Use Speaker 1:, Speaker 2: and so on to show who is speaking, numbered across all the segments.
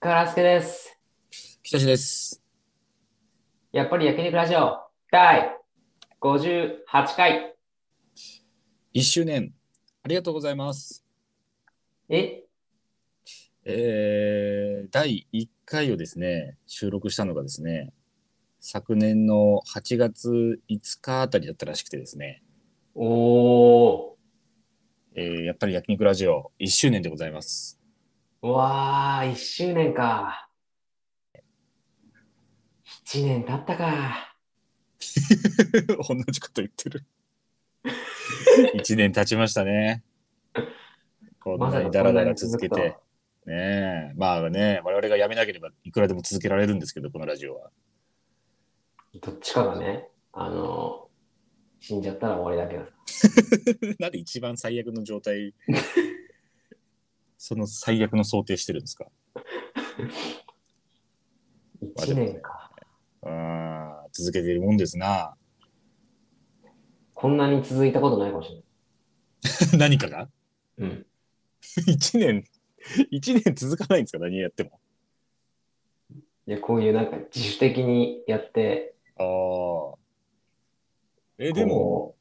Speaker 1: からすけです。
Speaker 2: 北志です。
Speaker 1: やっぱり焼肉ラジオ第58回。
Speaker 2: 1周年、ありがとうございます。
Speaker 1: え
Speaker 2: えー第1回をですね、収録したのがですね、昨年の8月5日あたりだったらしくてですね、
Speaker 1: おー。
Speaker 2: えーやっぱり焼肉ラジオ1周年でございます。
Speaker 1: うわー、1周年か。1年経ったか。
Speaker 2: 同じこと言ってる。1年経ちましたね。こん
Speaker 1: ま
Speaker 2: な
Speaker 1: さか
Speaker 2: にダラダラ続け
Speaker 1: こんなに
Speaker 2: て
Speaker 1: 続。
Speaker 2: ねえ、まあね、我々がやめなければいくらでも続けられるんですけど、このラジオは。
Speaker 1: くとどっちかがね、あの、死んじゃったら終わりだけど。
Speaker 2: なんで一番最悪の状 態、その最悪の想定してるんですかまあで
Speaker 1: 1
Speaker 2: もね
Speaker 1: 年か。
Speaker 2: あー続けているもんですな。
Speaker 1: こんなに続いたことないかもしれない。
Speaker 2: 何かが
Speaker 1: うん。
Speaker 2: 一年、一年続かないんですか何やっても。
Speaker 1: いや、こういうなんか自主的にやって、
Speaker 2: ああ。え、でも、
Speaker 1: こ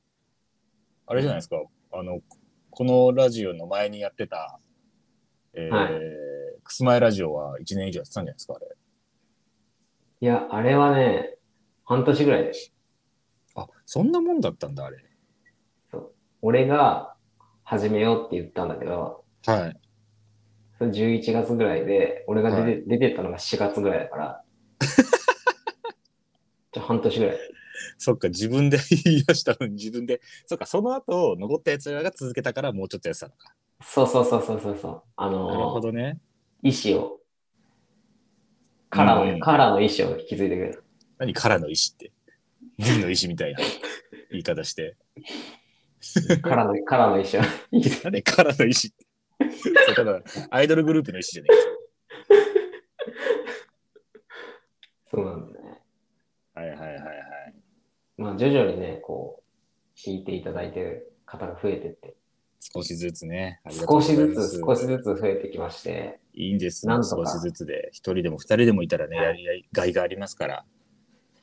Speaker 2: あれじゃないですか。あの、このラジオの前にやってた、えー
Speaker 1: は
Speaker 2: くすまえラジオは一年以上やってたんじゃないですかあれ。
Speaker 1: う、いや、あれはね、半年ぐらいで
Speaker 2: あ、そんなもんだったんだ、あれ。
Speaker 1: 俺が始めようって言ったんだけど、
Speaker 2: はい。
Speaker 1: それ11月ぐらいで、俺が出て,、
Speaker 2: は
Speaker 1: 出てったのが4月ぐらいだから、 じゃあ半年ぐらい。
Speaker 2: そっか、自分で 言い出したのに自分で。そっか、その後、残ったやつらが続けたからもうちょっとやってたのか。
Speaker 1: そうそうそうそうそうそう。あ
Speaker 2: なるほ
Speaker 1: のー、
Speaker 2: どね。
Speaker 1: 意思を、カラーの、
Speaker 2: うん
Speaker 1: カラーの意思を引き継いでくれる。
Speaker 2: 何、からの 石って。銀の石みたいな言い方して。
Speaker 1: カラーの、カラーの意思を 引き継いで。
Speaker 2: なんでからの石って。それただ、アイドルグループの石じゃねえか
Speaker 1: そうなんだね。
Speaker 2: はいはいはいはい。
Speaker 1: まあ徐々にね、こう、聞いていただいてる方が増えてって、
Speaker 2: 少しずつね。ありがと
Speaker 1: 少
Speaker 2: うござ
Speaker 1: し
Speaker 2: い
Speaker 1: ず
Speaker 2: ます
Speaker 1: つ少しずつ増えてきまして、
Speaker 2: いいんです。
Speaker 1: なんと
Speaker 2: 少
Speaker 1: か
Speaker 2: しずつで。一人でも二人でもいたらね、
Speaker 1: はい
Speaker 2: やりがいがありますから。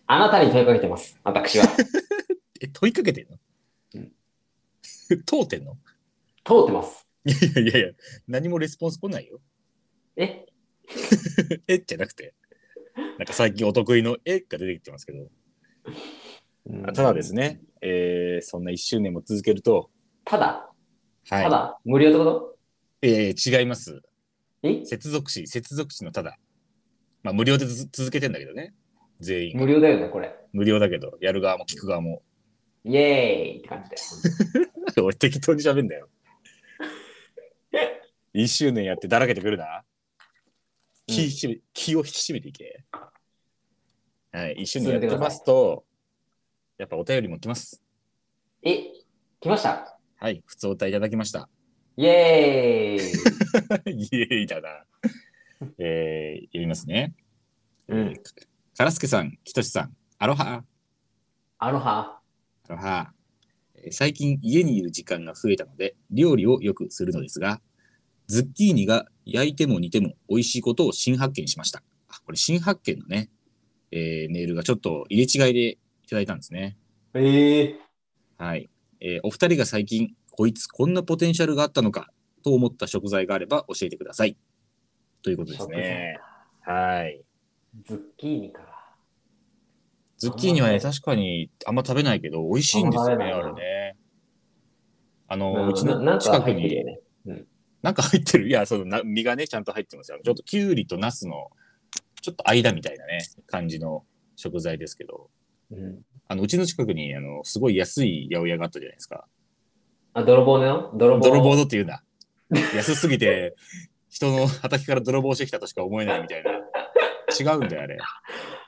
Speaker 1: あなたに問いかけてます、私は。
Speaker 2: え、問いかけてんの
Speaker 1: う
Speaker 2: 問うてんの
Speaker 1: 通ってます。
Speaker 2: いやいやいや、何もレスポンス来ないよ。
Speaker 1: え
Speaker 2: え っじゃなくて、なんか最近お得意のえが出てきてますけど、ただですね、えーそんな1周年も続けると、
Speaker 1: ただ、
Speaker 2: は
Speaker 1: ただ、無料ってこ
Speaker 2: い、えー違います。
Speaker 1: とえ
Speaker 2: 接続詞、接続詞のただ。まあ無料でず続けてんだけどね、全員。
Speaker 1: 無料だよね、これ。
Speaker 2: 無料だけど、やる側も聞く側も。
Speaker 1: イエーイって感じで。
Speaker 2: 俺適当に喋んだ よ。1周年やってだらけてくるな。気引き締め気を引き締めていけ。はい、1周年やってますと、やっぱお便りも来ます。
Speaker 1: え来ました
Speaker 2: はい、普通お歌いただきました。
Speaker 1: イエーイ
Speaker 2: イエーイだな。えー、読みますね。
Speaker 1: うん。
Speaker 2: カラスケさん、キトシさん、アロハ。
Speaker 1: アロハ。
Speaker 2: アロハ。えー最近家にいる時間が増えたので、料理をよくするのですが、ズッキーニが焼いても煮ても美味しいことを新発見しました。あ、これ新発見のね、えーメールがちょっと入れ違いでいただいたんですね。
Speaker 1: ええ
Speaker 2: はい。えーお二人が最近、こいつこんなポテンシャルがあったのかと思った食材があれば教えてください。ということですね。はい。
Speaker 1: ズッキーニから。
Speaker 2: ズッキーニはね、
Speaker 1: あ
Speaker 2: 確かにあんま食べないけど、美味しいんです
Speaker 1: あ
Speaker 2: よね、あ
Speaker 1: んま
Speaker 2: れ
Speaker 1: 食べ
Speaker 2: ね。あ
Speaker 1: な
Speaker 2: の、
Speaker 1: ん
Speaker 2: うち
Speaker 1: かな
Speaker 2: の
Speaker 1: んか
Speaker 2: 近
Speaker 1: 入
Speaker 2: く
Speaker 1: ってるよ
Speaker 2: に、
Speaker 1: ね。
Speaker 2: なんか入ってる。いや、そのな身がね、ちゃんと入ってますよ。ちょっとキュウリとナスの、ちょっと間みたいなね、感じの食材ですけど、
Speaker 1: うん。
Speaker 2: あの、うちの近くに、あの、すごい安い八百屋があったじゃないですか。
Speaker 1: あ、泥棒のよ泥棒。
Speaker 2: 泥棒のっていうんだ。安すぎて、人の畑から泥棒してきたとしか思えないみたいな。違うんだよ、あれ。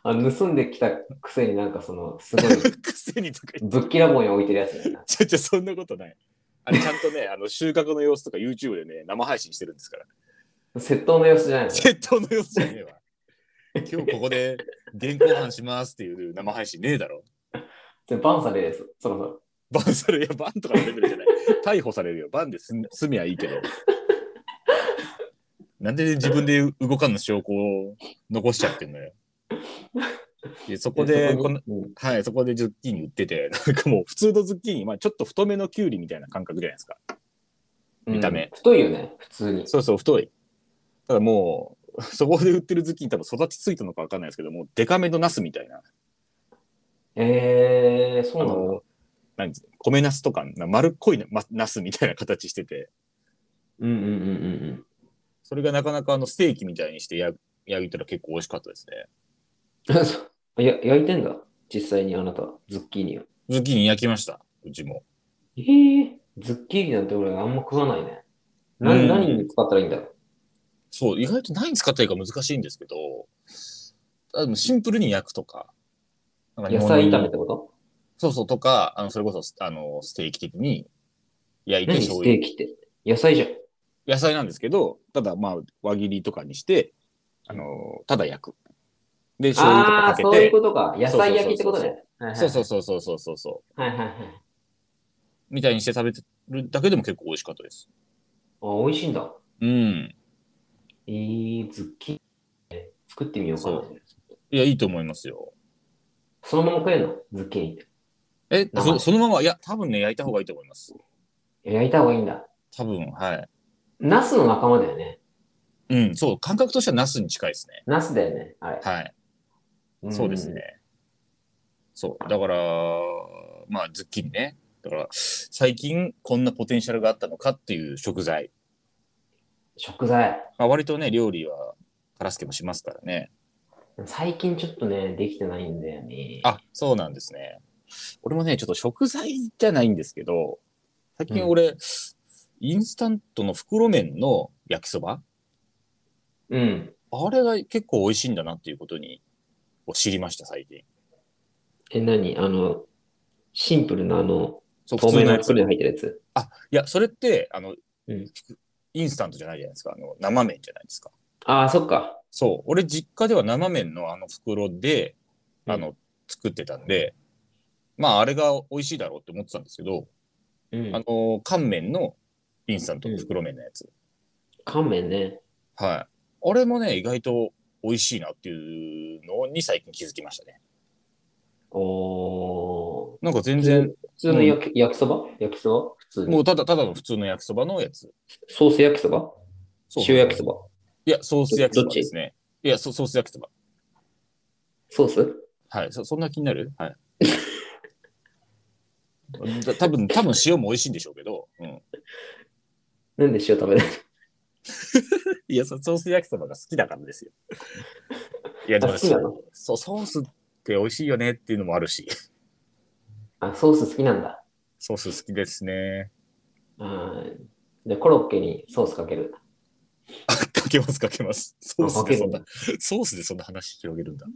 Speaker 1: あ盗んできたくせになんかその、すごい、
Speaker 2: くせにとか言って
Speaker 1: ぶっきらぼうに置いてるやつだな。
Speaker 2: ちょちょ、そんなことない。あれ、ちゃんとね、あの収穫の様子とか YouTube でね、生配信してるんです から。
Speaker 1: 窃盗の様子じゃないの
Speaker 2: 窃盗の様子じゃねえわ。今日ここで現行犯しますっていう生配信ねえだろ。
Speaker 1: それバンされるやつ。そろそろ。
Speaker 2: バンされ、いや、バンとかのレベルじゃない。逮捕されるよ。バンですん済みはいいけど。なんで自分で動かぬ証拠を残しちゃってんのよ。でそこでこの、
Speaker 1: うん
Speaker 2: はい、そこでズッキーニ売ってて、なんかもう普通のズッキーニ、まあちょっと太めのキュウリみたいな感覚じゃないですか。見た目
Speaker 1: うん太いよね、普通に。
Speaker 2: そうそう、太い。ただもう、そこで売ってるズッキーニ多分育ちすぎたのかわかんないですけど、もうデカめのナスみたいな、
Speaker 1: えー、そ
Speaker 2: あ
Speaker 1: うなんだ。
Speaker 2: の、何米ナスとか、な丸っこいなまナスみたいな形してて、
Speaker 1: うんうんうんうんうん。
Speaker 2: それがなかなかあのステーキみたいにしてや焼いたら結構美味しかったですね。
Speaker 1: そうや焼いてん だ、実際にあなた、ズッキーニを。
Speaker 2: ズッキーニ焼きました、うちも。
Speaker 1: えー、ズッキーニなんて俺あんま食わないね。な
Speaker 2: うん
Speaker 1: 何に使ったらいいんだろう。
Speaker 2: そう、意外と何使ったらいいか難しいんですけど、あのシンプルに焼くとか。なんか日
Speaker 1: 野
Speaker 2: 本の
Speaker 1: 菜炒めってこと
Speaker 2: そうそう、とか、あのそれこそスあのステーキ的に焼いて
Speaker 1: 何
Speaker 2: 醤
Speaker 1: ス
Speaker 2: 油
Speaker 1: テーキって。野菜じゃん。
Speaker 2: 野菜なんですけど、ただまあ、輪切りとかにして、あの、ただ焼く。で、醤
Speaker 1: あ
Speaker 2: 油
Speaker 1: あー、
Speaker 2: とかか
Speaker 1: そういう
Speaker 2: けて。
Speaker 1: ことか。野菜焼きってことね。
Speaker 2: そうそううそうそうそうそうそう。
Speaker 1: はいはいはい。はいはいはい
Speaker 2: みたいにして食べてるだけでも結構美味しかったです。
Speaker 1: あ、美味しいんだ。
Speaker 2: うん。
Speaker 1: えー、ズッキーニ。作ってみようかな。
Speaker 2: いや、いいと思いますよ。
Speaker 1: そのまま食えんのズッキーニって。
Speaker 2: え、
Speaker 1: 生
Speaker 2: そそのまま、いや、多分ね、焼いた方がいいと思います。
Speaker 1: 焼いた方がいいんだ。
Speaker 2: 多分、はい。
Speaker 1: ナスの仲間だよね。
Speaker 2: うん、そう、感覚としてはナスに近いですね。
Speaker 1: ナスだよね。あれ。
Speaker 2: はい。そうですね。そう。だから、まあ、ズッキーニね。だから、最近こんなポテンシャルがあったのかっていう食材。
Speaker 1: 食材。
Speaker 2: まあ、割とね、料理は、カラスケもしますからね。
Speaker 1: 最近ちょっとね、できてないんだよね。
Speaker 2: あ、そうなんですね。俺もね、ちょっと食材じゃないんですけど、最近俺、インスタントの袋麺の焼きそば
Speaker 1: うん。
Speaker 2: あれが結構美味しいんだなっていうことに、を知りました、最近。
Speaker 1: え、何あの、シンプルなあの、
Speaker 2: そう、
Speaker 1: 透明な
Speaker 2: やつ
Speaker 1: 粒に入ってるやつ。
Speaker 2: あ、いや、それって、あの、
Speaker 1: うん
Speaker 2: インスタントじゃないじゃないですか。あの、生麺じゃないですか。
Speaker 1: ああ、そっか。
Speaker 2: そう、俺実家では生麺のあの袋で、
Speaker 1: うん
Speaker 2: あの、作ってたんで、まあ、あれが美味しいだろうって思ってたんですけど、
Speaker 1: うん
Speaker 2: あの、乾麺のインスタントの袋麺のやつ。
Speaker 1: 乾麺ね。
Speaker 2: はい。あれもね、意外と美味しいなっていうのに最近気づきましたね。
Speaker 1: おー。
Speaker 2: なんか全然、
Speaker 1: 普通の焼き,、焼きそば焼きそば普通に
Speaker 2: もうただただの普通の焼きそばのやつ。
Speaker 1: ソース焼きそば
Speaker 2: そう
Speaker 1: 塩焼きそば
Speaker 2: いや、ソース焼きそ
Speaker 1: ど
Speaker 2: ば
Speaker 1: っち
Speaker 2: ですね。いや、ソソース焼きそば。
Speaker 1: ソース
Speaker 2: はい、そそんな気になる はい。た多分多分塩も美味しいんでしょうけど、うん、
Speaker 1: なんで塩食べ ない
Speaker 2: いや、そソース焼きそばが好きだからですよ。いや、で
Speaker 1: あ
Speaker 2: も
Speaker 1: 好きなの
Speaker 2: そう、ソースって美味しいよねっていうのもあるし、
Speaker 1: あ、ソース好きなんだ。
Speaker 2: ソース好きですね。
Speaker 1: あーで、コロッケにソースかける。
Speaker 2: あかけます、かけます。ソース
Speaker 1: あかけ
Speaker 2: でそ
Speaker 1: る
Speaker 2: ん
Speaker 1: ん
Speaker 2: な
Speaker 1: だ、
Speaker 2: ソースでそんな話広げるんだ。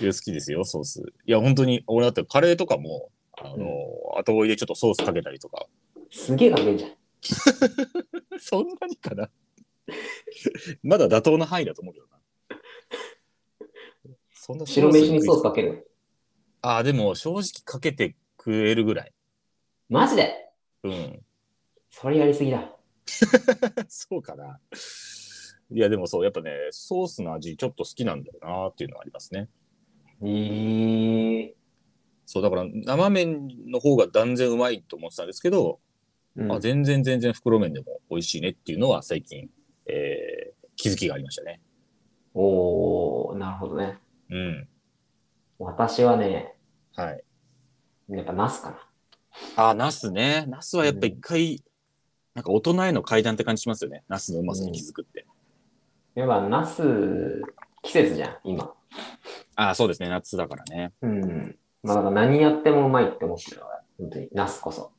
Speaker 2: いや、好きですよ、ソース。いや、本当に、俺だってカレーとかも、あの、
Speaker 1: うん
Speaker 2: 後追いでちょっとソースかけたりとか。
Speaker 1: すげえかけんじゃん。
Speaker 2: そんなにかな まだ妥当な範囲だと思うけどな。そんな
Speaker 1: 白飯にソースかける。
Speaker 2: ああ、でも正直かけて食えるぐらい。
Speaker 1: マジで
Speaker 2: うん。
Speaker 1: それやりすぎだ。
Speaker 2: そうかな。いや、でもそう、やっぱね、ソースの味ちょっと好きなんだよなっていうのはありますね。
Speaker 1: えー。
Speaker 2: そう、だから生麺の方が断然うまいと思ってたんですけど、
Speaker 1: うん
Speaker 2: あ全然全然袋麺でも美味しいねっていうのは最近、えー気づきがありましたね。
Speaker 1: おー、なるほどね。
Speaker 2: うん。
Speaker 1: 私はね、
Speaker 2: はい。
Speaker 1: やっぱナスかな。
Speaker 2: あ、ナスね。ナスはやっぱ一回、なんか大人への階段って感じしますよね。ナスのうまさに気づくって。
Speaker 1: やっぱナス、季節じゃん、今。
Speaker 2: あ、そうですね。夏だからね。
Speaker 1: うん。まあだから何やってもうまいって思ってるわ。本当に、ナスこそ。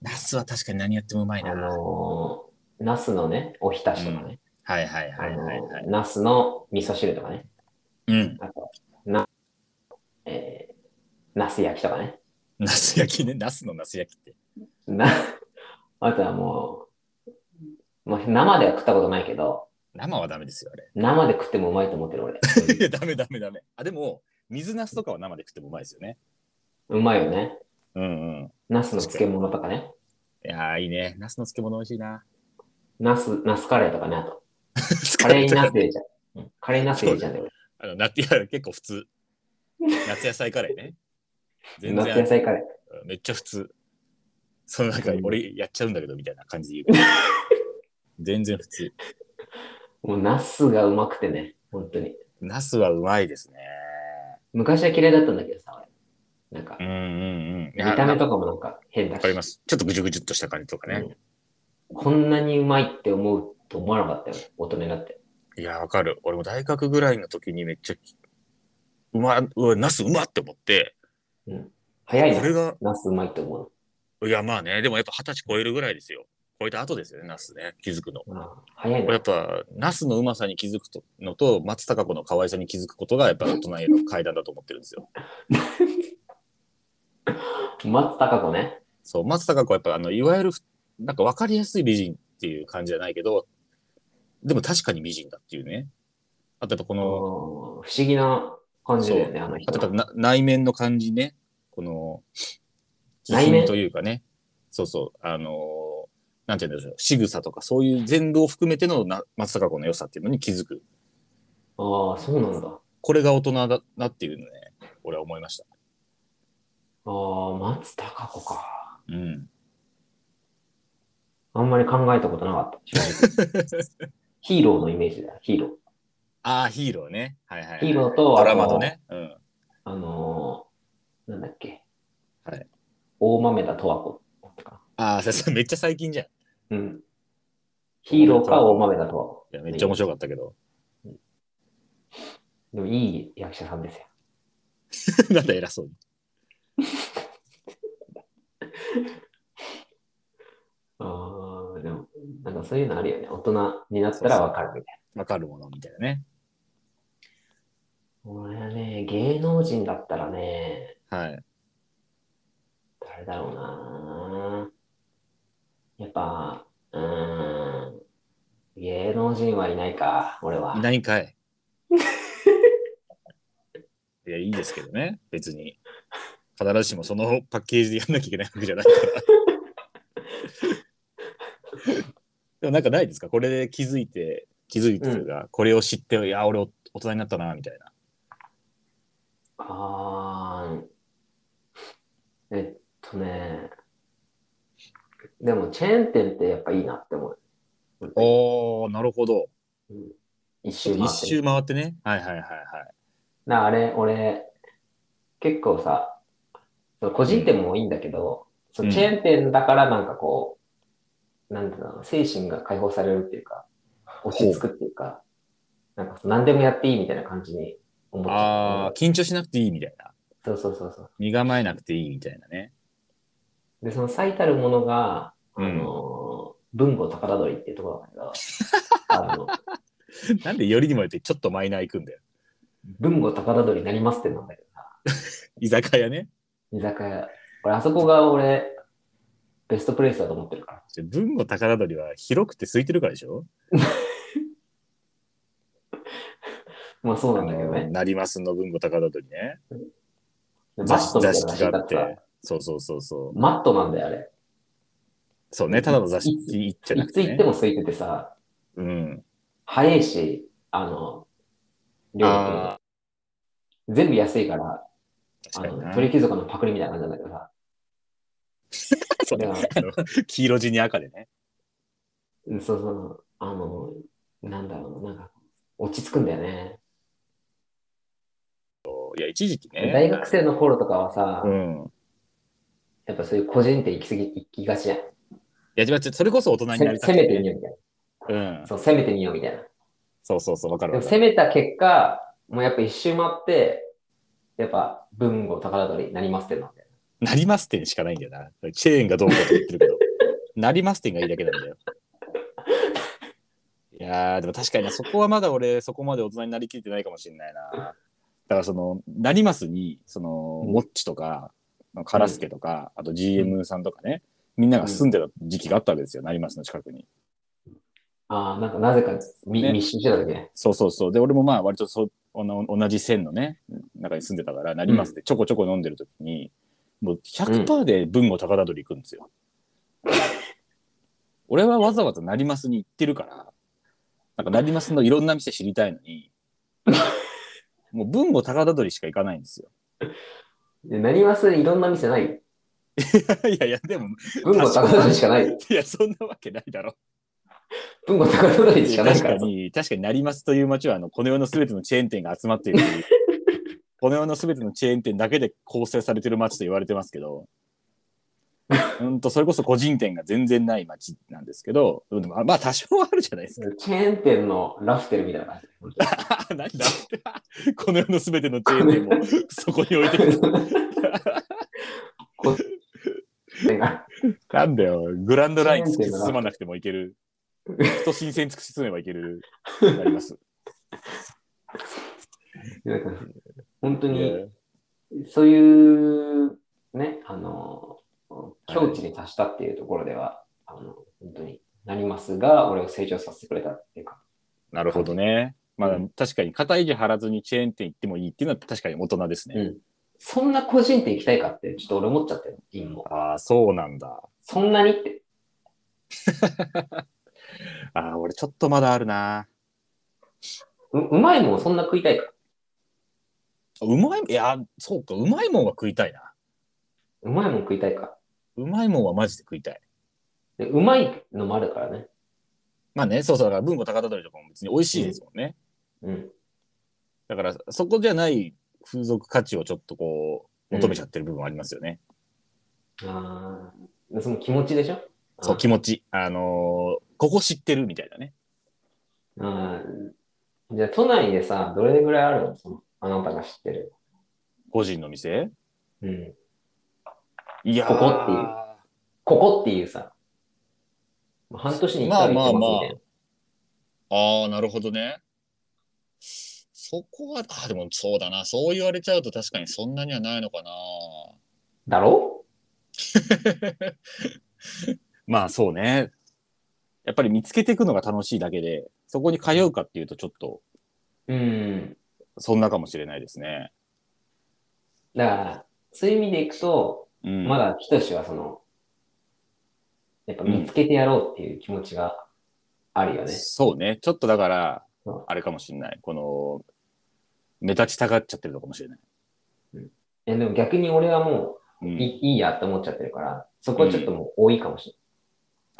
Speaker 2: ナスは確かに何やってもうまいな。
Speaker 1: あ
Speaker 2: はい
Speaker 1: のー、ナスのね、おひたしとかね、
Speaker 2: はいはいは
Speaker 1: あの
Speaker 2: いはい。
Speaker 1: ー、ナスの味噌汁とかね、
Speaker 2: うん。
Speaker 1: あと、な、えー、ナス焼きとかね、
Speaker 2: ナス焼きね。ナスのナス焼きって。
Speaker 1: な、あとはもう、まあ、生では食ったことないけど、
Speaker 2: 生はダメですよ、あれ。
Speaker 1: 生で食ってもうまいと思ってる 俺。
Speaker 2: いや、ダメダメダメ。あ、でも、水ナスとかは生で食ってもうまいですよね。
Speaker 1: うまいよね。
Speaker 2: うんうん。
Speaker 1: ナスの漬物とかね。
Speaker 2: いやーいいね。ナスの漬物美味しいな。
Speaker 1: ナス、ナスカレーとかね、あと。カ
Speaker 2: カ
Speaker 1: レーにナス入れち ゃう。うんカレーにナス入れちゃうんだよ。
Speaker 2: あの、夏、いや、結構普通。夏野菜カレーね。全
Speaker 1: 夏野
Speaker 2: 然、
Speaker 1: 菜カレー。
Speaker 2: めっちゃ普通。その中に俺やっちゃうんだけど、みたいな感じで言う から。全然普通。
Speaker 1: もうナスがうまくてね、本当に。
Speaker 2: ナスはうまいですね。
Speaker 1: 昔は嫌いだったんだけどさ、俺なんか
Speaker 2: う、んうんうん。い
Speaker 1: 見
Speaker 2: や
Speaker 1: た目
Speaker 2: わ
Speaker 1: とかもなんか変だし。
Speaker 2: かります。ちょっとぐじゅぐじゅっとした感じとかね。
Speaker 1: うんこんなにうまいって思うと思わなかったよ、大人になって。
Speaker 2: いや、わかる。俺も大学ぐらいの時にめっちゃ、うま、うわ、ナスうまって思って、
Speaker 1: 早い
Speaker 2: これ
Speaker 1: な、
Speaker 2: が、
Speaker 1: ナスうまいって思
Speaker 2: いや、まあね、でもやっぱ二十歳超えるぐらいですよ。超えた後ですよね、ナスね、気づくの。
Speaker 1: うの。うん早い
Speaker 2: や
Speaker 1: な
Speaker 2: っ。ぱ、ナスのうまさに気づくとのと、松たか子の可愛さに気づくことが、やっぱ大人への階段だと思ってるんですよ。
Speaker 1: 松たか子ね。
Speaker 2: そう、松たか子はやっぱ、あの、いわゆる、なんか分かりやすい美人っていう感じじゃないけど、でも確かに美人だっていうね。あとやっぱこ
Speaker 1: うん
Speaker 2: の、
Speaker 1: 不思議な感じだよね、あの人
Speaker 2: あとやっ
Speaker 1: は。
Speaker 2: ぱな内面の感じね、この、
Speaker 1: 内面
Speaker 2: 気品というかね、そうそう、あのーなんて言うんでしょう、仕草とかそういう全部を含めてのな松坂子の良さっていうのに気づく。
Speaker 1: ああ、そうなんだ。あ
Speaker 2: これが大人だなっていうのね、俺は思いました。
Speaker 1: あ、松たか子か。
Speaker 2: うん。
Speaker 1: あんまり考えたことなかった正直。 ヒーローのイメージだ、ヒーロ
Speaker 2: ああ、ヒーローね。はいはい、は
Speaker 1: ー。
Speaker 2: い。
Speaker 1: ヒーローと、
Speaker 2: ド
Speaker 1: あ
Speaker 2: ラマ
Speaker 1: の
Speaker 2: と。ね。うん。
Speaker 1: あのー、なんだっけ。
Speaker 2: はい。
Speaker 1: 大豆田十和子とか。
Speaker 2: ああ、さすがめっちゃ最近じゃん。い
Speaker 1: うん。ヒーローか大豆田十和子。
Speaker 2: や、めっちゃ面白かったけど。
Speaker 1: でもいい役者さんですよ。
Speaker 2: なんだ偉そうに。
Speaker 1: ああ、でも、なんかそういうのあるよね。大人になったらわかるみたい
Speaker 2: わかるものみたいなね。
Speaker 1: な。俺はね、芸能人だったらね、
Speaker 2: はい。
Speaker 1: 誰だろうなやっぱ、うーん、芸能人はいないか、俺は。
Speaker 2: いないんか い。いや、いいですけどね。別に。必ずしもそのパッケージでやんなきゃいけないわけじゃないから。 でもなんかないですかこれで気づいて、気づいてというか、これを知って、いや、俺お大人になったな、みたいな。
Speaker 1: あーえっとね、でもチェーン店ってやっぱいいなって思う。
Speaker 2: おー、なるほど。
Speaker 1: 一
Speaker 2: ちょっ
Speaker 1: 周
Speaker 2: と
Speaker 1: 回
Speaker 2: 一
Speaker 1: ってね。
Speaker 2: 周回ってね。はいはいはいはい。
Speaker 1: なあれ、俺、結構さ、その個人店もいいんだけど、そのチェーン店だからなんかこう、なんていうの、精神が解放されるっていうか、落ち着くっていうか、なんか何でもやっていいみたいな感じに思っち
Speaker 2: あ
Speaker 1: ゃ
Speaker 2: あ、緊張しなくていいみたいな。
Speaker 1: う。そうそうそうそう。
Speaker 2: 身構えなくていいみたいなね。
Speaker 1: で、その最たるものが、あ
Speaker 2: うん
Speaker 1: のー、文庫高田鳥っていうところなんだけ ど、あの、
Speaker 2: なんでよりにもよってちょっとマイナー行くんだよ。
Speaker 1: 文庫高田鳥になりますってなんだけどさ、
Speaker 2: 居酒屋ね。
Speaker 1: 居酒屋。俺、あそこが俺、ベストプレイスだと思ってるから。
Speaker 2: じゃ文語宝取は広くて空いてるからでしょ
Speaker 1: まあそうなんだけど
Speaker 2: あの
Speaker 1: ね。
Speaker 2: なりますの文語宝取ね。
Speaker 1: でマ
Speaker 2: 座
Speaker 1: ットみたいなの
Speaker 2: 敷があ
Speaker 1: 敷い
Speaker 2: っ
Speaker 1: てあって
Speaker 2: て。そうそうそうそ
Speaker 1: マットなんだよ、あれ。
Speaker 2: う。そうね、ただの座敷行っちゃないく
Speaker 1: つ
Speaker 2: て、
Speaker 1: 行って
Speaker 2: ね。
Speaker 1: も空いててさ、
Speaker 2: うん。
Speaker 1: 早いし、あの、料
Speaker 2: ああ、
Speaker 1: 理全部安いから、あ
Speaker 2: 確かに
Speaker 1: の
Speaker 2: な。
Speaker 1: 鳥貴族のパクリみたいな感じなんだけどさ、
Speaker 2: そう
Speaker 1: でも
Speaker 2: あの黄色地に赤でね。
Speaker 1: うんそうそう、あの、なんだろうな、なんか、落ち着くんだよね。
Speaker 2: いや、一時期ね。
Speaker 1: 大学生の頃とかはさ、
Speaker 2: うん。
Speaker 1: やっぱそういう個人店行き過ぎ、行きがちやん。
Speaker 2: いや、違う違うそれこそ大人に
Speaker 1: せ
Speaker 2: なりたく
Speaker 1: 攻めてみ
Speaker 2: て。
Speaker 1: ようみたい
Speaker 2: うん
Speaker 1: な。。そう、攻めてみようみたいな。
Speaker 2: そうそうそう、わかる
Speaker 1: で
Speaker 2: わ
Speaker 1: も
Speaker 2: かる。
Speaker 1: 攻めた結果、もうやっぱ一周回って、やっぱ文豪宝取になりますってなって。
Speaker 2: なります店しかないんだよな。チェーンがどうこうと言ってるけ ど。なります店がいいだけなんだよ。いやー、でも確かにな、そこはまだ俺、そこまで大人になりきってないかもしれないな。だからその、なりますに、その、
Speaker 1: うん
Speaker 2: モッチとか、カラスケとか、あと GM さんとかね、みんなが住んでた時期があったわけですよ、なりますの近くに。
Speaker 1: ああ、なんかなぜかみ
Speaker 2: ね
Speaker 1: 密集してたね。
Speaker 2: そうそうそう。で、俺もまあ、割とそうあの同じ線のね、中に住んでたから、なりますで、ちょこちょこ飲んでる時に、もう100%で文語高田取り行くんですよ。俺はわざわざなりますに行ってるから、なんかなりますのいろんな店知りたいの に、もう文後高田取りしか行かないんですよ。
Speaker 1: で、なにわすいろんな店ない
Speaker 2: いやいや、でも、
Speaker 1: 文庫高取しかない。
Speaker 2: いや、そんなわけないだろ。
Speaker 1: 文庫高取しかない
Speaker 2: 確
Speaker 1: か。
Speaker 2: からに、確かになりますという街は、あの、この世のすべてのチェーン店が集まっている という。この世のすべてのチェーン店だけで構成されてる街と言われてますけど、うんと、それこそ個人店が全然ない街なんですけど、でもまあ、多少はあるじゃな いですか。
Speaker 1: チェーン店のラフテルみたいな感じ。本当に
Speaker 2: あなんだこの世のすべてのチェーン店もそこに置いてく る。
Speaker 1: これが
Speaker 2: なんだよ、グランドライン突き進まなくてもいける。人新鮮突き進めばいける。な ります。
Speaker 1: なんか本当
Speaker 2: い
Speaker 1: に
Speaker 2: や
Speaker 1: そういうね、あの、境地に達したっていうところでは、あの本当になりますが、俺を成長させてくれたっていうか、
Speaker 2: なるほどね。まあ、
Speaker 1: うん
Speaker 2: 確かに肩肘張らずにチェーン店行ってもいいっていうのは確かに大人ですね。
Speaker 1: うんそんな個人店行きたいかって、ちょっと俺思っちゃってる、今も。
Speaker 2: ああ、そうなんだ。
Speaker 1: そんなにって、
Speaker 2: ああ、俺ちょっとまだあるな。
Speaker 1: ううまいもんそんな食いたいか。
Speaker 2: うまい、いや、そうか、うまいもんは食いたいな。
Speaker 1: うまいもん食いたいか。
Speaker 2: うまいもんはマジで食いたい。
Speaker 1: でうまいのもあるからね。
Speaker 2: まあね、そうそう、だから文庫高田鳥とかも別に美味しいですもんね。
Speaker 1: うん。
Speaker 2: だから、そこじゃない風俗価値をちょっとこう、求めちゃってる部分はありますよね。
Speaker 1: ああ、でその気持ちでしょ
Speaker 2: そう、気持ち。あのーここ知ってるみたいなね。
Speaker 1: あーじゃあ、都内でさ、どれぐらいあるのそのあなたが知ってる。
Speaker 2: 個人の店
Speaker 1: うん。
Speaker 2: いやー
Speaker 1: ここっていうここっていうさ、半年に1回行ってますみたいな。
Speaker 2: ああ、なるほどね。そこは、あでもそうだな。そう言われちゃうと確かにそんなにはないのかな。
Speaker 1: だろ
Speaker 2: まあそうね。やっぱり見つけていくのが楽しいだけで、そこに通うかっていうとちょっと、
Speaker 1: うん。
Speaker 2: そんなかもしれないですね。
Speaker 1: だから、そういう意味でいくと、
Speaker 2: うん。
Speaker 1: まだ、ひとしはその、やっぱ見つけてやろうっていう気持ちがあるよね。
Speaker 2: そうね。ちょっとだから
Speaker 1: うん、
Speaker 2: あれかもしれない。この、目立ちたがっちゃってるのかもしれない。
Speaker 1: えでも逆に俺はもう、
Speaker 2: うん、
Speaker 1: いいいやって思っちゃってるから、そこはちょっともう多いかもしれない。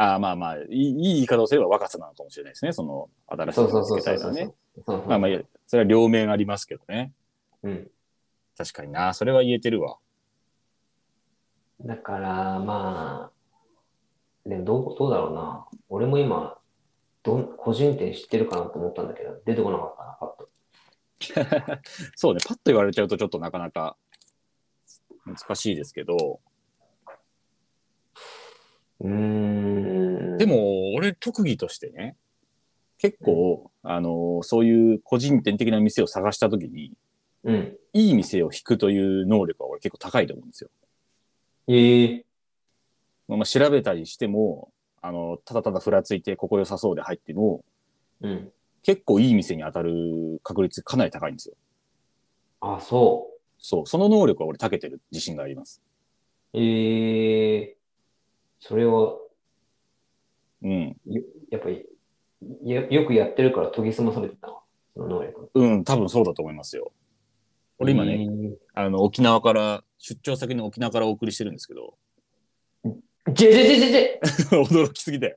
Speaker 2: ああまあまあいい、いい言い方をすれば若さなのかもしれないですね。その、新しい
Speaker 1: そう
Speaker 2: の
Speaker 1: そ
Speaker 2: を
Speaker 1: うそ
Speaker 2: 見
Speaker 1: う
Speaker 2: つけた
Speaker 1: そうそ
Speaker 2: いと
Speaker 1: う
Speaker 2: ね。
Speaker 1: そうそう
Speaker 2: まあまあ、いやそれは両面ありますけどね。
Speaker 1: うん。
Speaker 2: 確かにな。それは言えてるわ。
Speaker 1: だから、まあ、でもどう、どうだろうな。俺も今、どん、個人店知ってるかなと思ったんだけど、出てこなかったな、パッと。
Speaker 2: そうね、パッと言われちゃうとちょっとなかなか難しいですけど、
Speaker 1: うーん。
Speaker 2: で、も俺特技としてね、結構、あの、そういう個人店的な店を探した時に、
Speaker 1: うん。
Speaker 2: いい店を引くという能力は俺結構高いと思うんですよ。
Speaker 1: ええ
Speaker 2: まあ、調べたりしても、あの、ただただふらついてここ良さそうで入っても、
Speaker 1: うん。
Speaker 2: 結構いい店に当たる確率かなり高いんですよ。
Speaker 1: あ、そ
Speaker 2: そう、その能力は俺長けてる自信があります。
Speaker 1: う。ええそれを、
Speaker 2: うん。
Speaker 1: やっぱり、よよくやってるから研ぎ澄まされてたわその能力。
Speaker 2: うん、多分そうだと思いますよ。俺今ね、あの、沖縄から、出張先の沖縄からお送りしてるんですけど、
Speaker 1: えー。ジェジェジェジェジェ
Speaker 2: 驚きすぎだよ。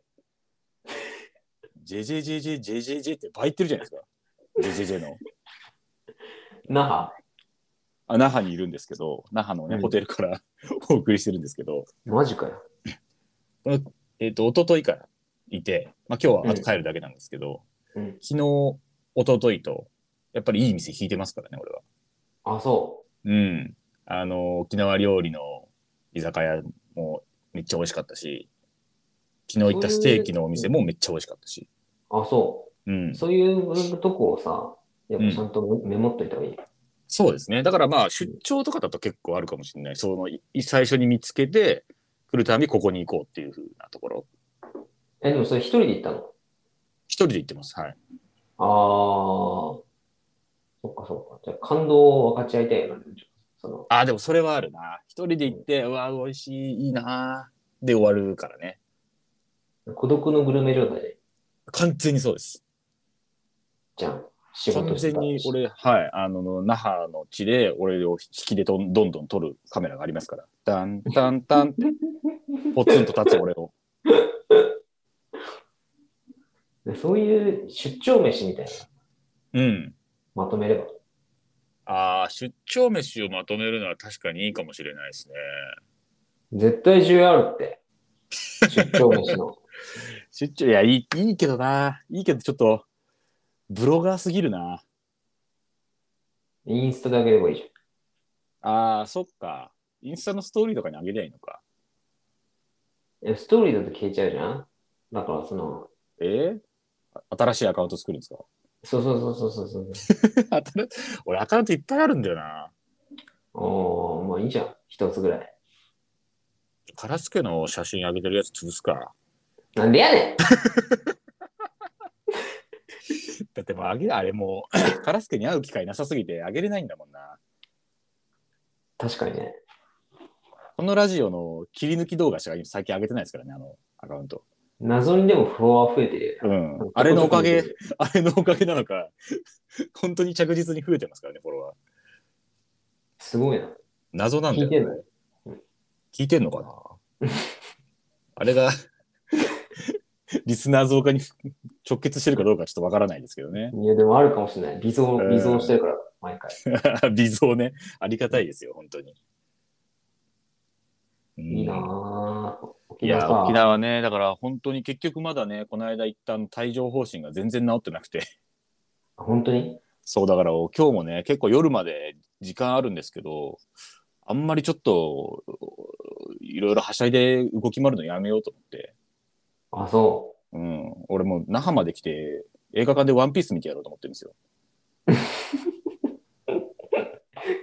Speaker 2: JJJJJJJ って倍いってるじゃないですか。JJJ の。
Speaker 1: 那覇
Speaker 2: あ、那覇にいるんですけど、那覇のね、
Speaker 1: うん
Speaker 2: ホテルから お送りしてるんですけど、
Speaker 1: マジかよ。
Speaker 2: えっ、と、一昨日からいて、まあ今日はあと帰るだけなんですけど、
Speaker 1: うん。
Speaker 2: 昨日、一昨日と、やっぱりいい店引いてますからね、俺は。
Speaker 1: あ、そ
Speaker 2: うん。あの、沖縄料理の居酒屋もめっちゃ美味しかったし、昨日行ったステーキのお店もめっちゃ美味しかったし。
Speaker 1: う。あ、そう。
Speaker 2: うん。
Speaker 1: そういうとこをさ、やっぱちゃんとメモっといた方がいい。
Speaker 2: そうですね。だからまあ、出張とかだと結構あるかもしれない。その、い最初に見つけて、来るたびここに行こうっていう風なところ。
Speaker 1: え、でもそれ一人で行ったの
Speaker 2: 一人で行ってます。はい。
Speaker 1: あー。そっかそっか。じゃあ感動を分かち合いたいよね。その、
Speaker 2: ああ、でもそれはあるな。一人で行って、うわ、美味しい、いいな。で終わるからね。
Speaker 1: う孤独のグルメ状態
Speaker 2: 完全にそうです。
Speaker 1: じゃん。仕
Speaker 2: 完
Speaker 1: 事して
Speaker 2: 全
Speaker 1: た
Speaker 2: に俺、はい、あの、那覇の地で、俺を引きでどんどんどん撮るカメラがありますから。ダンダンダンって、ポツンと立つ俺を。
Speaker 1: でそういう出張飯みたいな、
Speaker 2: うん。
Speaker 1: まとめれば。
Speaker 2: ああ、出張飯をまとめるのは確かにいいかもしれないですね。
Speaker 1: 絶対需要あるって。出張飯 の。
Speaker 2: 出張、いや、いい、いいけどな。いいけど、ちょっと、ブロガーすぎるな。
Speaker 1: インスタであげればいいじ
Speaker 2: ああ、そっか。インスタのストーリーとかにあげりゃいいのか。
Speaker 1: ゃん。えストーリーだと消えちゃうじゃんだから、その、
Speaker 2: えーあ新しいアカウント作るんですか
Speaker 1: そうそうそうそうそう
Speaker 2: 新俺、アカウントいっぱいあるんだよな。
Speaker 1: そう。おー、まあいいじゃん。一つぐらい。
Speaker 2: カラスケの写真上げてるやつ潰すか。
Speaker 1: なんでやねん
Speaker 2: だってもうあげ、あれもう、 カラスケに会う機会なさすぎてあげれないんだもんな。
Speaker 1: 確かにね。
Speaker 2: このラジオの切り抜き動画しか最近上げてないですからね、あのアカウント。
Speaker 1: 謎にでもフォロワー増えてる
Speaker 2: う
Speaker 1: よ
Speaker 2: ん
Speaker 1: ね。。
Speaker 2: あれの おかげ、。あれのおかげなのか、本当に着実に増えてますからね、フォロワー。
Speaker 1: すごいな。
Speaker 2: 謎なんだ
Speaker 1: 聞い
Speaker 2: よ、
Speaker 1: て
Speaker 2: ね
Speaker 1: ん。の
Speaker 2: 聞いてんのかなあれが リスナー増加に直結してるかどうかちょっとわからないですけどね。
Speaker 1: いや、でもあるかもしれない。微増、
Speaker 2: うん
Speaker 1: 微増してるから、毎回。
Speaker 2: 微増ね。ありがたいですよ、本当に。うん
Speaker 1: いいなぁ。
Speaker 2: い
Speaker 1: 沖縄
Speaker 2: や、
Speaker 1: か
Speaker 2: 沖縄ね、だから本当に結局まだね、この間一旦帯状方針が全然治ってなくて、
Speaker 1: 本当に
Speaker 2: そうだから今日もね、結構夜まで時間あるんですけど、あんまりちょっと、いろいろはしゃいで動き回るのやめようと思って、
Speaker 1: あ、そ
Speaker 2: うん、俺もう那覇まで来て映画館でワンピース見てやろうと思ってるんですよ。
Speaker 1: う。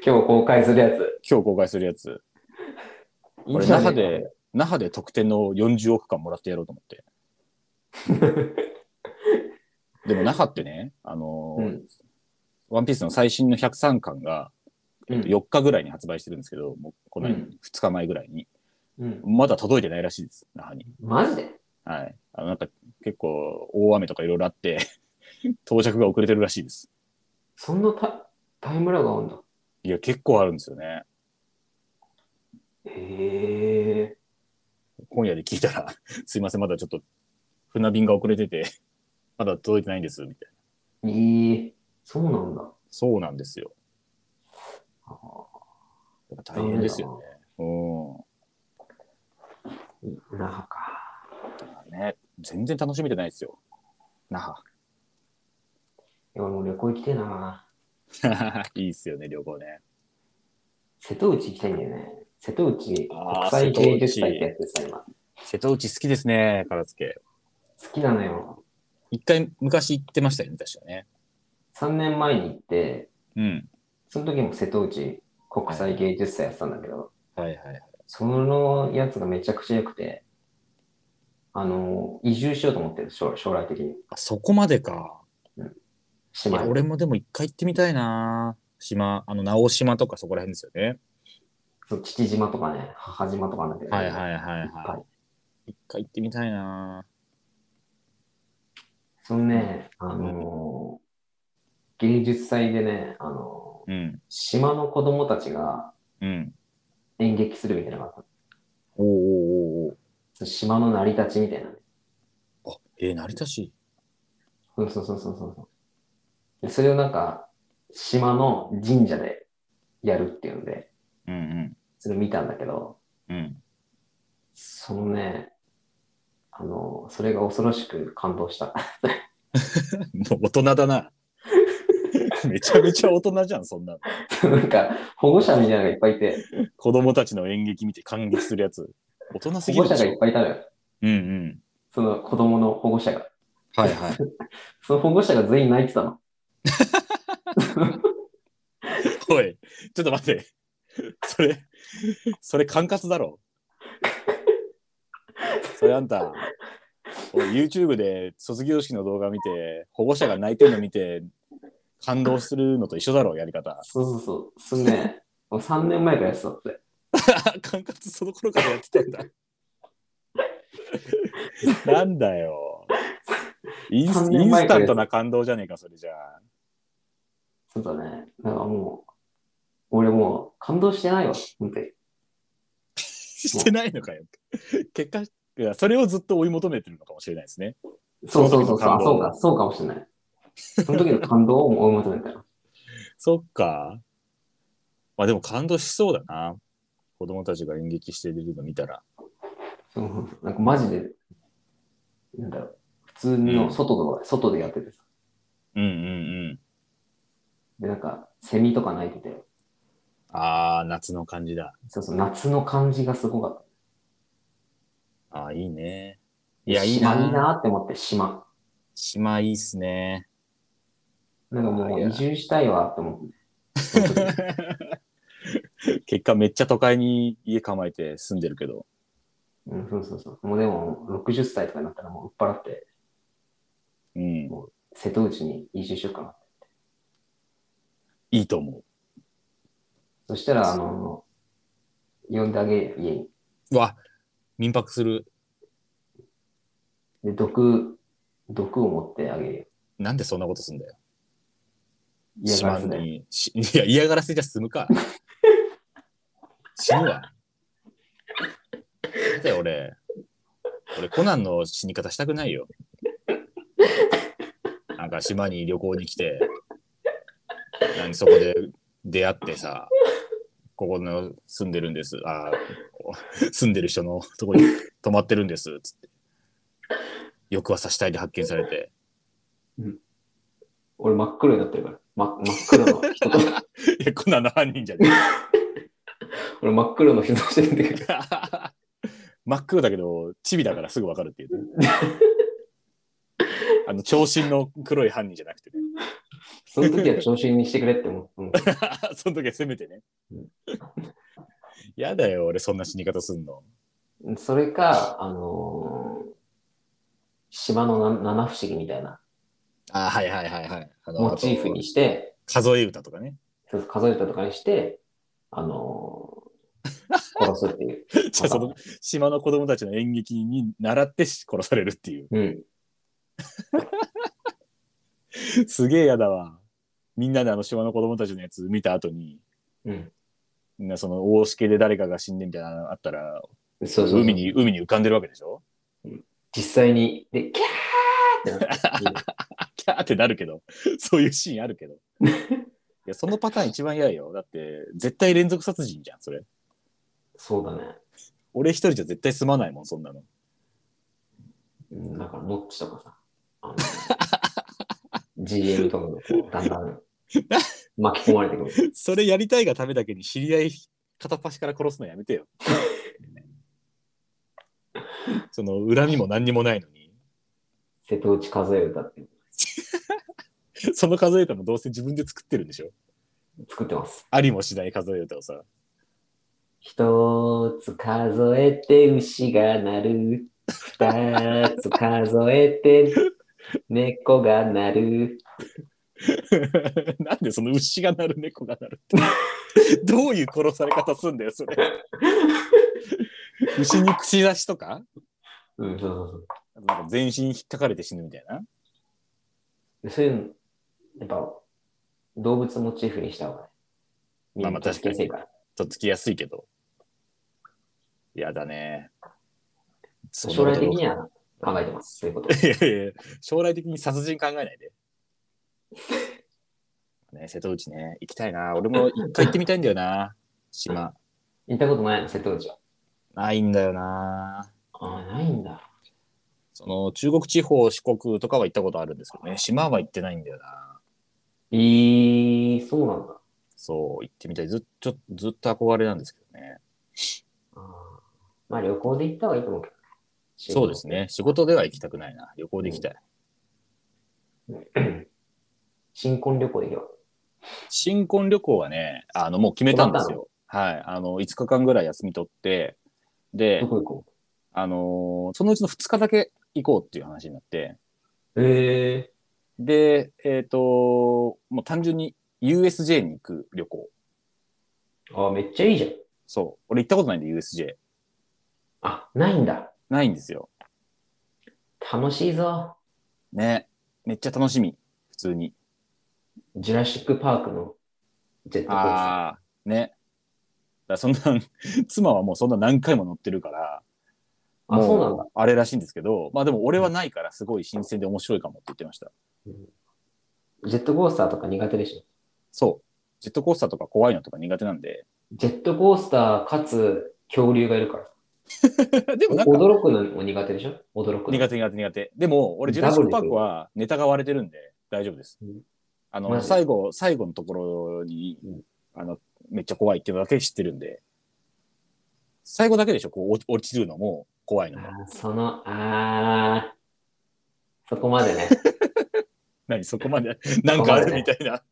Speaker 1: 今日公開するやつ。
Speaker 2: 今日公開するやつ。
Speaker 1: いい
Speaker 2: 俺
Speaker 1: じゃ
Speaker 2: 那
Speaker 1: ん
Speaker 2: 覇で、那覇で特典の40億間もらってやろうと思って。でも那覇ってね、あのー
Speaker 1: うん
Speaker 2: ワンピースの最新の103巻が
Speaker 1: うん
Speaker 2: 4日ぐらいに発売してるんですけど、もうこの
Speaker 1: う
Speaker 2: 2
Speaker 1: ん
Speaker 2: 日前ぐらいに。
Speaker 1: うん。
Speaker 2: まだ届いてないらしいです、那覇に。
Speaker 1: マジで
Speaker 2: はい。あのなんか結構大雨とかいろいろあって、 到着が遅れてるらしいです。
Speaker 1: そんなタタイムラグあるんだ。
Speaker 2: いや、結構あるんですよね。
Speaker 1: へえ。
Speaker 2: 今夜で聞いたら、 すいません、まだちょっと船便が遅れて て、まだ届いてないんです、みたいな。
Speaker 1: いい。そうなんだ。
Speaker 2: そうなんですよ。
Speaker 1: あ
Speaker 2: やっぱ大変ですよね。う
Speaker 1: ー那覇か。
Speaker 2: ん。ね、全然楽しめてないですよ。那
Speaker 1: いや俺も旅行行きてえな。
Speaker 2: 覇。 いいっすよね、旅行ね。
Speaker 1: 瀬戸内行きたいんだよね。瀬戸内
Speaker 2: あ
Speaker 1: 国際
Speaker 2: ー
Speaker 1: 芸術祭
Speaker 2: 瀬戸内
Speaker 1: ってやつですね、今。
Speaker 2: 瀬戸内好きですね、唐津家。
Speaker 1: 好きなのよ。
Speaker 2: 一回昔行ってましたよね、確かね。
Speaker 1: 3年前に行って、
Speaker 2: うん。
Speaker 1: その時も瀬戸内国際芸術祭やってたんだけど、
Speaker 2: はいはいはい。
Speaker 1: そのやつがめちゃくちゃ良くて、あの、移住しようと思ってる、将将来的に。
Speaker 2: あそこまでか。い
Speaker 1: 島
Speaker 2: や
Speaker 1: に
Speaker 2: 俺もでも一回行ってみたいな島、あの、直島とかそこら辺ですよね。
Speaker 1: そう父島とかね、母島とかなんだけど、
Speaker 2: はいはいはい
Speaker 1: っぱ
Speaker 2: はいい。一回行ってみたいな
Speaker 1: そのね、あのー芸術祭でね、あのー
Speaker 2: うん。
Speaker 1: 島の子供たちが
Speaker 2: うん。
Speaker 1: 演劇するみたいなのがあっ
Speaker 2: おーおーおーおー
Speaker 1: た島の成り立ちみたいなね。
Speaker 2: あ、えー、成田市。
Speaker 1: そうそうそうそうそう。でそれをなんか、島の神社でやるっていうので、
Speaker 2: うん
Speaker 1: それ見たんだけど、
Speaker 2: うん。うん。
Speaker 1: そのね、あの、それが恐ろしく感動した。
Speaker 2: もう大人だな。 めちゃめちゃ大人じゃん、そんなの。
Speaker 1: なんか、保護者みたいなのがいっぱいいて、
Speaker 2: 子供たちの演劇見て感激するやつ。大人す
Speaker 1: 保護者
Speaker 2: ぎるで
Speaker 1: が
Speaker 2: し
Speaker 1: いっ
Speaker 2: ょ。
Speaker 1: ぱいいたのよ。
Speaker 2: うんうん。
Speaker 1: その子供の保護者が。
Speaker 2: はいはい。
Speaker 1: その保護者が全員泣いてたの。
Speaker 2: おい、ちょっと待って。それ、それ管轄だろ。それあんた、おい YouTube で卒業式の動画見て、保護者が泣いてるの見て、感動するのと一緒だろ、やり方。
Speaker 1: そうそうそう。そのね、 もう3年前からやってたって。
Speaker 2: 管轄その頃からやってたんだ。 なんだよ。インス
Speaker 1: 3
Speaker 2: イ
Speaker 1: 年
Speaker 2: ン
Speaker 1: 前
Speaker 2: ス
Speaker 1: く
Speaker 2: タ
Speaker 1: らい
Speaker 2: ントな感動じゃねえか、それじゃあ。
Speaker 1: そうだね。だからもう、俺もう感動してないわ、本当に。
Speaker 2: してないのかよ。結果、いやそれをずっと追い求めてるのかもしれないですね。
Speaker 1: そうそうそうそう、
Speaker 2: その
Speaker 1: あ
Speaker 2: 時の感動
Speaker 1: そうか、そうかもしれない。その時の感動を追い求めたよ。
Speaker 2: そっか。まあでも感動しそうだな。子供たちが演劇してるの見たら。
Speaker 1: そうそうそうなんかマジで、なんだろう、普通の外とか、外でやっててさ。
Speaker 2: うんうんうん。
Speaker 1: で、なんか、セミとか鳴いてて、
Speaker 2: ああ、夏の感じだ。
Speaker 1: そうそう、夏の感じがすごかった。
Speaker 2: ああ、いいね。いや、いい
Speaker 1: 島いい
Speaker 2: な。
Speaker 1: なって思って、島。
Speaker 2: 島いいっすね。
Speaker 1: なんかも
Speaker 2: いうや
Speaker 1: 移住したいわって思って。本当に
Speaker 2: 結果めっちゃ都会に家構えて住んでるけど。
Speaker 1: うん、そうそうそう。もうでも、60歳とかになったらもう売っ払って、
Speaker 2: うん。
Speaker 1: 瀬戸内に移住しようかな。
Speaker 2: いいと思
Speaker 1: そしたら、あの、呼んであげるよ家に。
Speaker 2: う。うわ、民泊する。
Speaker 1: で、毒、毒を持ってあげるよ。
Speaker 2: なんでそんなことすんだよ。
Speaker 1: 嫌がらせだ
Speaker 2: 島
Speaker 1: よ。
Speaker 2: にし いや、嫌がらせじゃ済 むか。死ぬわ。だって俺、俺コナンの死に方したくないよ。なんか島に旅行に来て、なんそこで出会ってさ、ここの住んでるんです。あこう住んでる人のとこに泊まってるんです。つって。翌朝死体で発見さ れて、
Speaker 1: 俺真っ黒になってるから。ま、真っ黒 の人と、
Speaker 2: いや、コナンの犯人じゃねえ。
Speaker 1: 俺真っ黒の人として出てくる。
Speaker 2: 真っ黒だけど、チビだからすぐわかるってい う、ね。あの、長身の黒い犯人じゃなくてね。
Speaker 1: その時は調子にしてくれって思う。うん
Speaker 2: その時はせめてね
Speaker 1: うん。
Speaker 2: やだよ、俺そんな死に方すんの。
Speaker 1: それか、あのー島のな七不思議みたいな
Speaker 2: あはいはいはいはい。あの
Speaker 1: モチーフ。にして、
Speaker 2: 数え歌 とかね。
Speaker 1: そうそう数えたとかにして、あのー殺すっていう。
Speaker 2: じゃあその、島の子供たちの演劇に習ってし殺されるっていう。
Speaker 1: うん。
Speaker 2: すげえやだわ。みんなであの島の子供たちのやつ見た後に、
Speaker 1: うん。
Speaker 2: みんなその大しけで誰かが死んでみたいなのあったら、
Speaker 1: そうそうそう
Speaker 2: 海に、海に浮かんでるわけでしょ
Speaker 1: 実際に、で、キャーってなって、
Speaker 2: キャーってなるけど、そういうシーンあるけど。いや、そのパターン一番嫌よ。だって、絶対連続殺人じゃん、それ。
Speaker 1: そうだね。
Speaker 2: 俺一人じゃ絶対済まないもん、そんなの。
Speaker 1: うんだから、モッチとかさ、あ の、GM とかがこうだんだん巻き込まれてくる。
Speaker 2: それやりたいがためだけに知り合い片っ端から殺すのやめてよ。その恨みも何にもないのに。
Speaker 1: 瀬戸内数え歌っていう
Speaker 2: その数え歌もどうせ自分で作ってるんでしょ
Speaker 1: のを作ってます。
Speaker 2: ありもしない数え歌をさ。
Speaker 1: 一つ数えて牛が鳴る。二つ数えて猫が鳴る。
Speaker 2: なんでその牛が鳴る猫が鳴るって。どういう殺され方すんだよ、それ。牛に口出しとか
Speaker 1: うん、そうそう
Speaker 2: あとなんか全身引っかかれて死ぬみたいな。
Speaker 1: そう。そういうの、やっぱ、動物モチーフにした方がね。みん
Speaker 2: まあま
Speaker 1: な
Speaker 2: あ確か
Speaker 1: 助けや
Speaker 2: に
Speaker 1: すいから。
Speaker 2: とっつきやすいけど。やだね。そんな
Speaker 1: 将
Speaker 2: こと
Speaker 1: 来的には考えてます。そういうこと。
Speaker 2: いやいやいや将来的に殺人考えな いで。ね、瀬戸内ね、行きたいな。俺も一回行ってみたいんだよな。島。
Speaker 1: 行ったことないの、瀬戸内は。
Speaker 2: ないんだよな。
Speaker 1: ああ、ないんだ。
Speaker 2: その中国地方、四国とかは行ったことあるんですけどね、島は行ってないんだよな。
Speaker 1: えー、そうなんだ。
Speaker 2: そう、行ってみたい。ずっと、ずっと憧れなんですけどね。
Speaker 1: あーまあ旅行で行った方がいいと思うけどね。
Speaker 2: そうですね。仕事では行きたくないな。旅行で行きたい。
Speaker 1: 新婚旅行で行けば。
Speaker 2: 新婚旅行はね、あの、もう決めたんですよ。はい。あの、5日間ぐらい休み取って、で
Speaker 1: ど、こ行こ
Speaker 2: あのーそのうちの2日だけ行こうっていう話になって、
Speaker 1: うえ
Speaker 2: で、えっ、ともう単純に USJ に行く旅行。
Speaker 1: ー、あーめっちゃいいじゃん。
Speaker 2: そう。俺行ったことないんで、USJ。
Speaker 1: あ、ないんだ。
Speaker 2: ないんですよ。
Speaker 1: 楽しいぞ。
Speaker 2: ね。めっちゃ楽しみ。普通に。
Speaker 1: ジュラシックパークのジェットコースター。
Speaker 2: ああ、ね。だからそんなん、 妻はもうそんな何回も乗ってるから、
Speaker 1: あ
Speaker 2: も
Speaker 1: そうなんだ。
Speaker 2: あれらしいんですけど、まあでも俺はないからすごい新鮮で面白いかもって言ってました。
Speaker 1: ジェットコースターとか苦手でし
Speaker 2: そう。ジェットコースターとか怖いのとか苦手なんで。
Speaker 1: ょ。ジェットコースターかつ恐竜がいるから。
Speaker 2: でもなんか、
Speaker 1: 驚くのも苦手でしょ驚くの。
Speaker 2: 苦手苦手苦手。でも、俺、ジュラシックパークはネタが割れてるんで大丈夫です
Speaker 1: うん。
Speaker 2: あ
Speaker 1: マ
Speaker 2: の、
Speaker 1: ジ
Speaker 2: 最後、最後のところに
Speaker 1: うん、
Speaker 2: あの、めっちゃ怖いっていうのだけ知ってるんで。最後だけでしょこう落、落ちるのも怖いのも。
Speaker 1: あーその、あー、そこまで ね。
Speaker 2: 何 そこまで、なんかあるみたいな。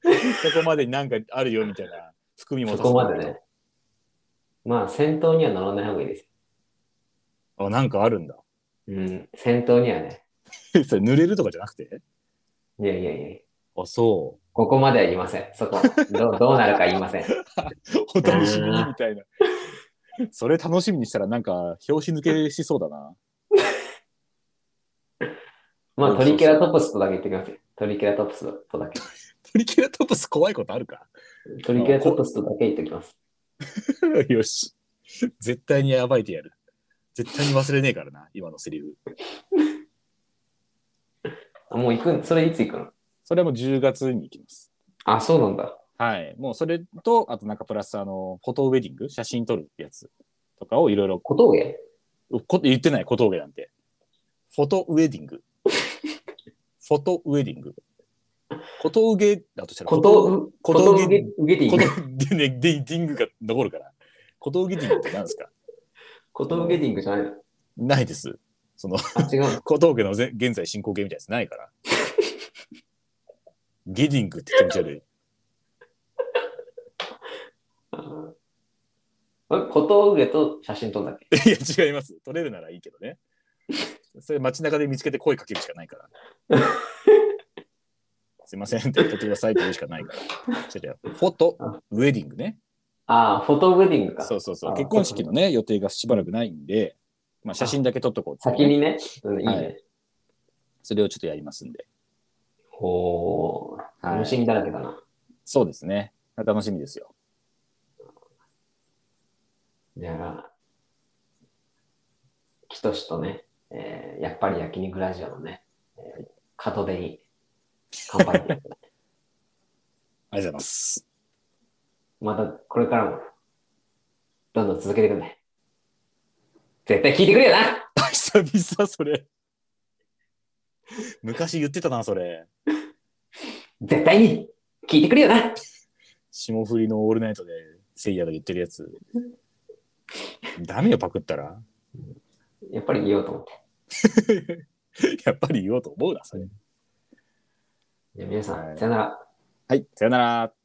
Speaker 2: そこまでなんかあるよみたいな。含みも
Speaker 1: そ
Speaker 2: さ
Speaker 1: こまでね。。まあ、戦闘には乗らない方がいいです。
Speaker 2: あ、なんかあるんだ。
Speaker 1: うん、戦闘にはね。
Speaker 2: それ濡れるとかじゃなくて
Speaker 1: いやいやいや、
Speaker 2: あ、そ
Speaker 1: ここまでは言いません。そこ、どうどうなるか言いません。
Speaker 2: う。お楽しみにみたいな。それ楽しみにしたらなんか、表紙抜けしそうだな。
Speaker 1: ま
Speaker 2: そ
Speaker 1: あ、
Speaker 2: うそうそう
Speaker 1: トリケラトプスとだけ言ってください。トリケラトプスとだけ。
Speaker 2: トリケラトプス怖いことあるか
Speaker 1: トリケラトプスとだけ言っておきます。
Speaker 2: よし。絶対に暴いてやる。絶対に忘れねえからな、今のセリフ。
Speaker 1: あもう行くんそれいつ行くの
Speaker 2: それはもう10月に行きます。
Speaker 1: あ、そうなんだ。
Speaker 2: はい。もうそれと、あとなんかプラスあの、フォトウェディング、写真撮るやつとかをいろいろ、
Speaker 1: 小峠
Speaker 2: こ言ってない、小峠なんて。フォトウェディン グ。フォトウェディング。 小峠だとしたら、
Speaker 1: 小峠、
Speaker 2: 小
Speaker 1: 小
Speaker 2: 峠
Speaker 1: 峠ゲティ
Speaker 2: 小
Speaker 1: ング。
Speaker 2: 峠でねディディングが残るから。小峠ディングって何ですか
Speaker 1: 小峠ゲティングじゃないの
Speaker 2: ないです。その、
Speaker 1: あ、違うの。
Speaker 2: 小峠のぜ現在進行形みたいなやつないから。ゲディングって気持ち悪い。
Speaker 1: あ小峠と写真撮んだっけ
Speaker 2: いや、違います。取れるならいいけどね。それ街中で見つけて声かけるしかないから。すいませんって言ってくださいって言うしかないから。それではフォト、ウェディングね。
Speaker 1: あー、フォトウェディングか。
Speaker 2: そうそうそ
Speaker 1: あ
Speaker 2: う。
Speaker 1: ー
Speaker 2: 結婚式のね、予定がしばらくないんで、まあ写真だけ撮っとこうっていうね
Speaker 1: 先にね。うんいいね。
Speaker 2: はいそれをちょっとやりますんで。
Speaker 1: ほー、
Speaker 2: はい
Speaker 1: 楽しみだらけだな。
Speaker 2: そうですね。楽しみですよ。
Speaker 1: じゃあ、キトシとね、えーやっぱり焼肉ラジオのね、えー、門出に乾杯。
Speaker 2: ありがとうございます。
Speaker 1: またこれからも、どんどん続けていくんで。絶対聞いてくれよな
Speaker 2: 久々それ。 昔言ってたな、それ。
Speaker 1: 絶対に聞いてくれよな
Speaker 2: 霜降りのオールナイトで、せいやが言ってるやつ。ダメよ、パクったら。
Speaker 1: やっぱり言おうと思って。
Speaker 2: やっぱり言おうと思うな、それ。
Speaker 1: じゃあ皆さん、
Speaker 2: はい
Speaker 1: さよなら。
Speaker 2: はい、さよなら。